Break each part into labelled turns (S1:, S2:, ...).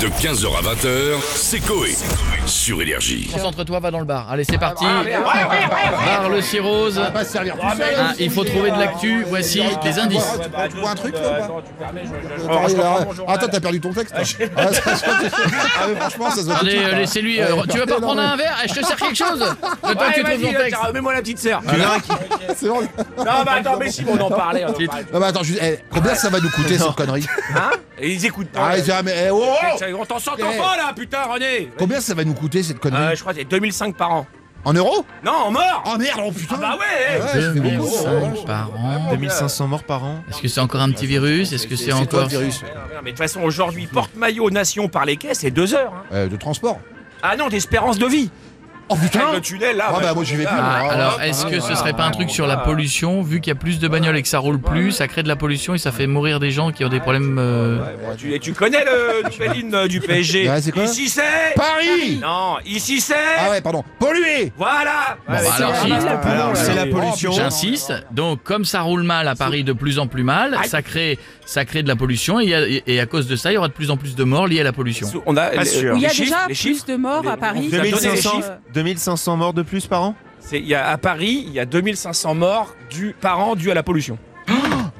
S1: De 15h à 20h, c'est Coé. Sur Énergie.
S2: Concentre-toi, va dans le bar. Allez, c'est parti. Bar le cirrhose.
S3: pas se servir tout seul. hein.
S2: Ah, il faut trouver de l'actu. Voici des indices.
S3: Tu prends- bah, tu prends un truc là ou pas
S4: Alors, je comprends
S3: Ah,
S4: mon journal.
S3: Attends, t'as perdu ton texte. toi. Ah, ça se voit que- Ah, mais franchement, ça se voit tout de
S2: Allez,
S3: suite,
S2: euh,
S3: là.
S2: laissez-lui. euh,
S3: Ouais,
S2: tu veux pas
S3: non,
S2: prendre
S3: mais- euh,
S2: un verre Eh, Je te sers quelque chose Le temps
S4: Ouais,
S2: que tu
S4: Ah, vas-y,
S2: trouves ton
S4: là,
S2: texte.
S4: tiens, Mets-moi la petite sœur.
S3: C'est bon.
S4: Non, mais attends, mais si, bon, on en parlait. on en parlait.
S3: Non, mais attends, juste, eh, combien ça va nous coûter cette connerie
S4: Hein Et ils écoutent pas.
S3: Ah,
S4: Ouais.
S3: tiens, mais eh, oh
S4: Ça- On t'en sort
S3: Eh.
S4: pas là, putain, René
S3: Combien ça va nous coûter cette
S4: Euh,
S3: connerie
S4: Je crois que c'est 2005 par an.
S3: En euros
S4: Non, en mort
S3: Oh merde, oh putain
S4: Ah bah ouais
S3: Ouais, ça fait beaucoup.
S2: 2005 par an.
S5: 2500 morts par an.
S2: Est-ce que c'est encore un petit virus Est-ce que c'est
S3: C'est quoi
S2: encore
S3: le virus
S4: Ouais, non, merde, Ah, Mais de toute façon, aujourd'hui, porte-maillot nation par les caisses, c'est deux heures. hein.
S3: Euh, De transport.
S4: Ah non, d'espérance de vie Hein
S3: Oh
S4: Avec
S3: putain
S4: le tunnel là.
S3: Ah
S4: ouais.
S3: bah, moi, j'y vais plus, moi.
S2: Ah,
S3: Ah,
S2: alors,
S3: ah,
S2: est-ce
S3: ah,
S2: que ce
S3: ah,
S2: serait pas un
S4: ah,
S2: truc
S4: ah,
S2: sur la
S4: ah.
S2: pollution Vu qu'il y a plus de bagnoles et que ça roule plus, ça crée de la pollution et ça fait mourir des gens qui ont des problèmes. euh,
S4: Bon, bah, tu, et tu connais le nouvelle ligne euh, du PSG
S3: Ouais, c'est quoi
S4: Ici c'est
S3: Paris
S4: Non, ici c'est
S3: Ah ouais, pardon. Pollué
S4: Voilà Ouais,
S2: bah,
S4: c'est-
S2: alors, si.
S4: ah,
S2: Alors,
S4: ouais,
S5: c'est
S4: ouais,
S5: la
S4: ouais.
S5: pollution.
S2: J'insiste, donc comme ça roule mal à Paris de plus en plus mal,
S4: Aïe.
S2: ça crée, ça crée de la pollution et, il y a- et à cause de ça, il y aura de plus en plus de morts liées à la pollution.
S4: On a les-
S5: sûr.
S6: Où il y a
S4: les chiffres,
S6: déjà
S4: les
S6: plus
S4: chiffres.
S6: de morts
S4: les-
S6: à Paris.
S4: on vous a donné les
S5: 2500,
S4: chiffres.
S5: 2500 morts de plus par an
S4: C'est- il y a, à Paris, il y a 2500 morts dus- par an dus à la pollution.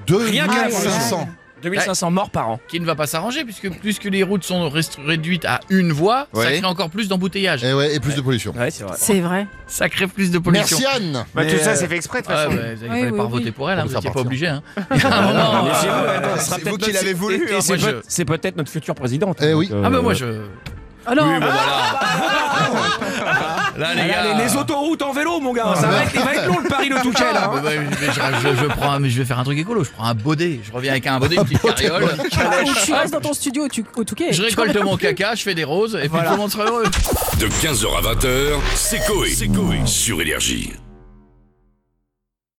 S4: Rien que la
S3: 2500
S4: 2500 morts par an.
S2: Qui ne va pas s'arranger puisque plus que les routes sont rest- réduites à une voie, ça
S5: Ouais.
S2: crée encore plus d'embouteillages.
S3: Et Eh ouais, et plus de pollution.
S4: Ouais, c'est vrai.
S6: C'est vrai.
S2: Ça crée plus de pollution.
S3: Merci Anne
S5: Bah,
S3: Mais, euh,
S5: fait exprès de
S2: Ah, bah, vous n'allez
S6: Oui,
S2: pas
S6: oui, oui.
S2: voter pour elle, hein,
S3: Pour
S2: vous
S3: faire
S2: n'étiez pas
S3: partir.
S2: obligé. hein. Ah, non,
S4: Mais c'est-
S2: euh,
S4: attends, ce sera
S5: c'est
S4: peut-être
S5: vous qui
S4: notre-
S5: l'avez voulu,
S4: et- et
S5: hein.
S4: c'est
S2: Moi,
S4: peut- C'est peut-être notre future présidente.
S3: Eh oui.
S4: Donc, euh,
S2: ah bah moi je.
S6: Oh non,
S2: Là
S4: Ah,
S2: les
S4: là,
S2: gars.
S4: les, hein. les autoroutes en vélo, mon gars, ça va être, il va être long le Paris le Touquet là.
S2: Ah, bah, bah, je, vais- je- je- je prends un- je vais faire un truc écolo, je prends un baudet, je reviens avec un baudet, une petite carriole,
S6: Ah, ou tu restes dans ton studio au tu- au Touquet.
S2: je récolte mon caca, je fais des roses et puis tout le monde sera heureux.
S1: De 15h à 20h, c'est Coé. Sur Énergie.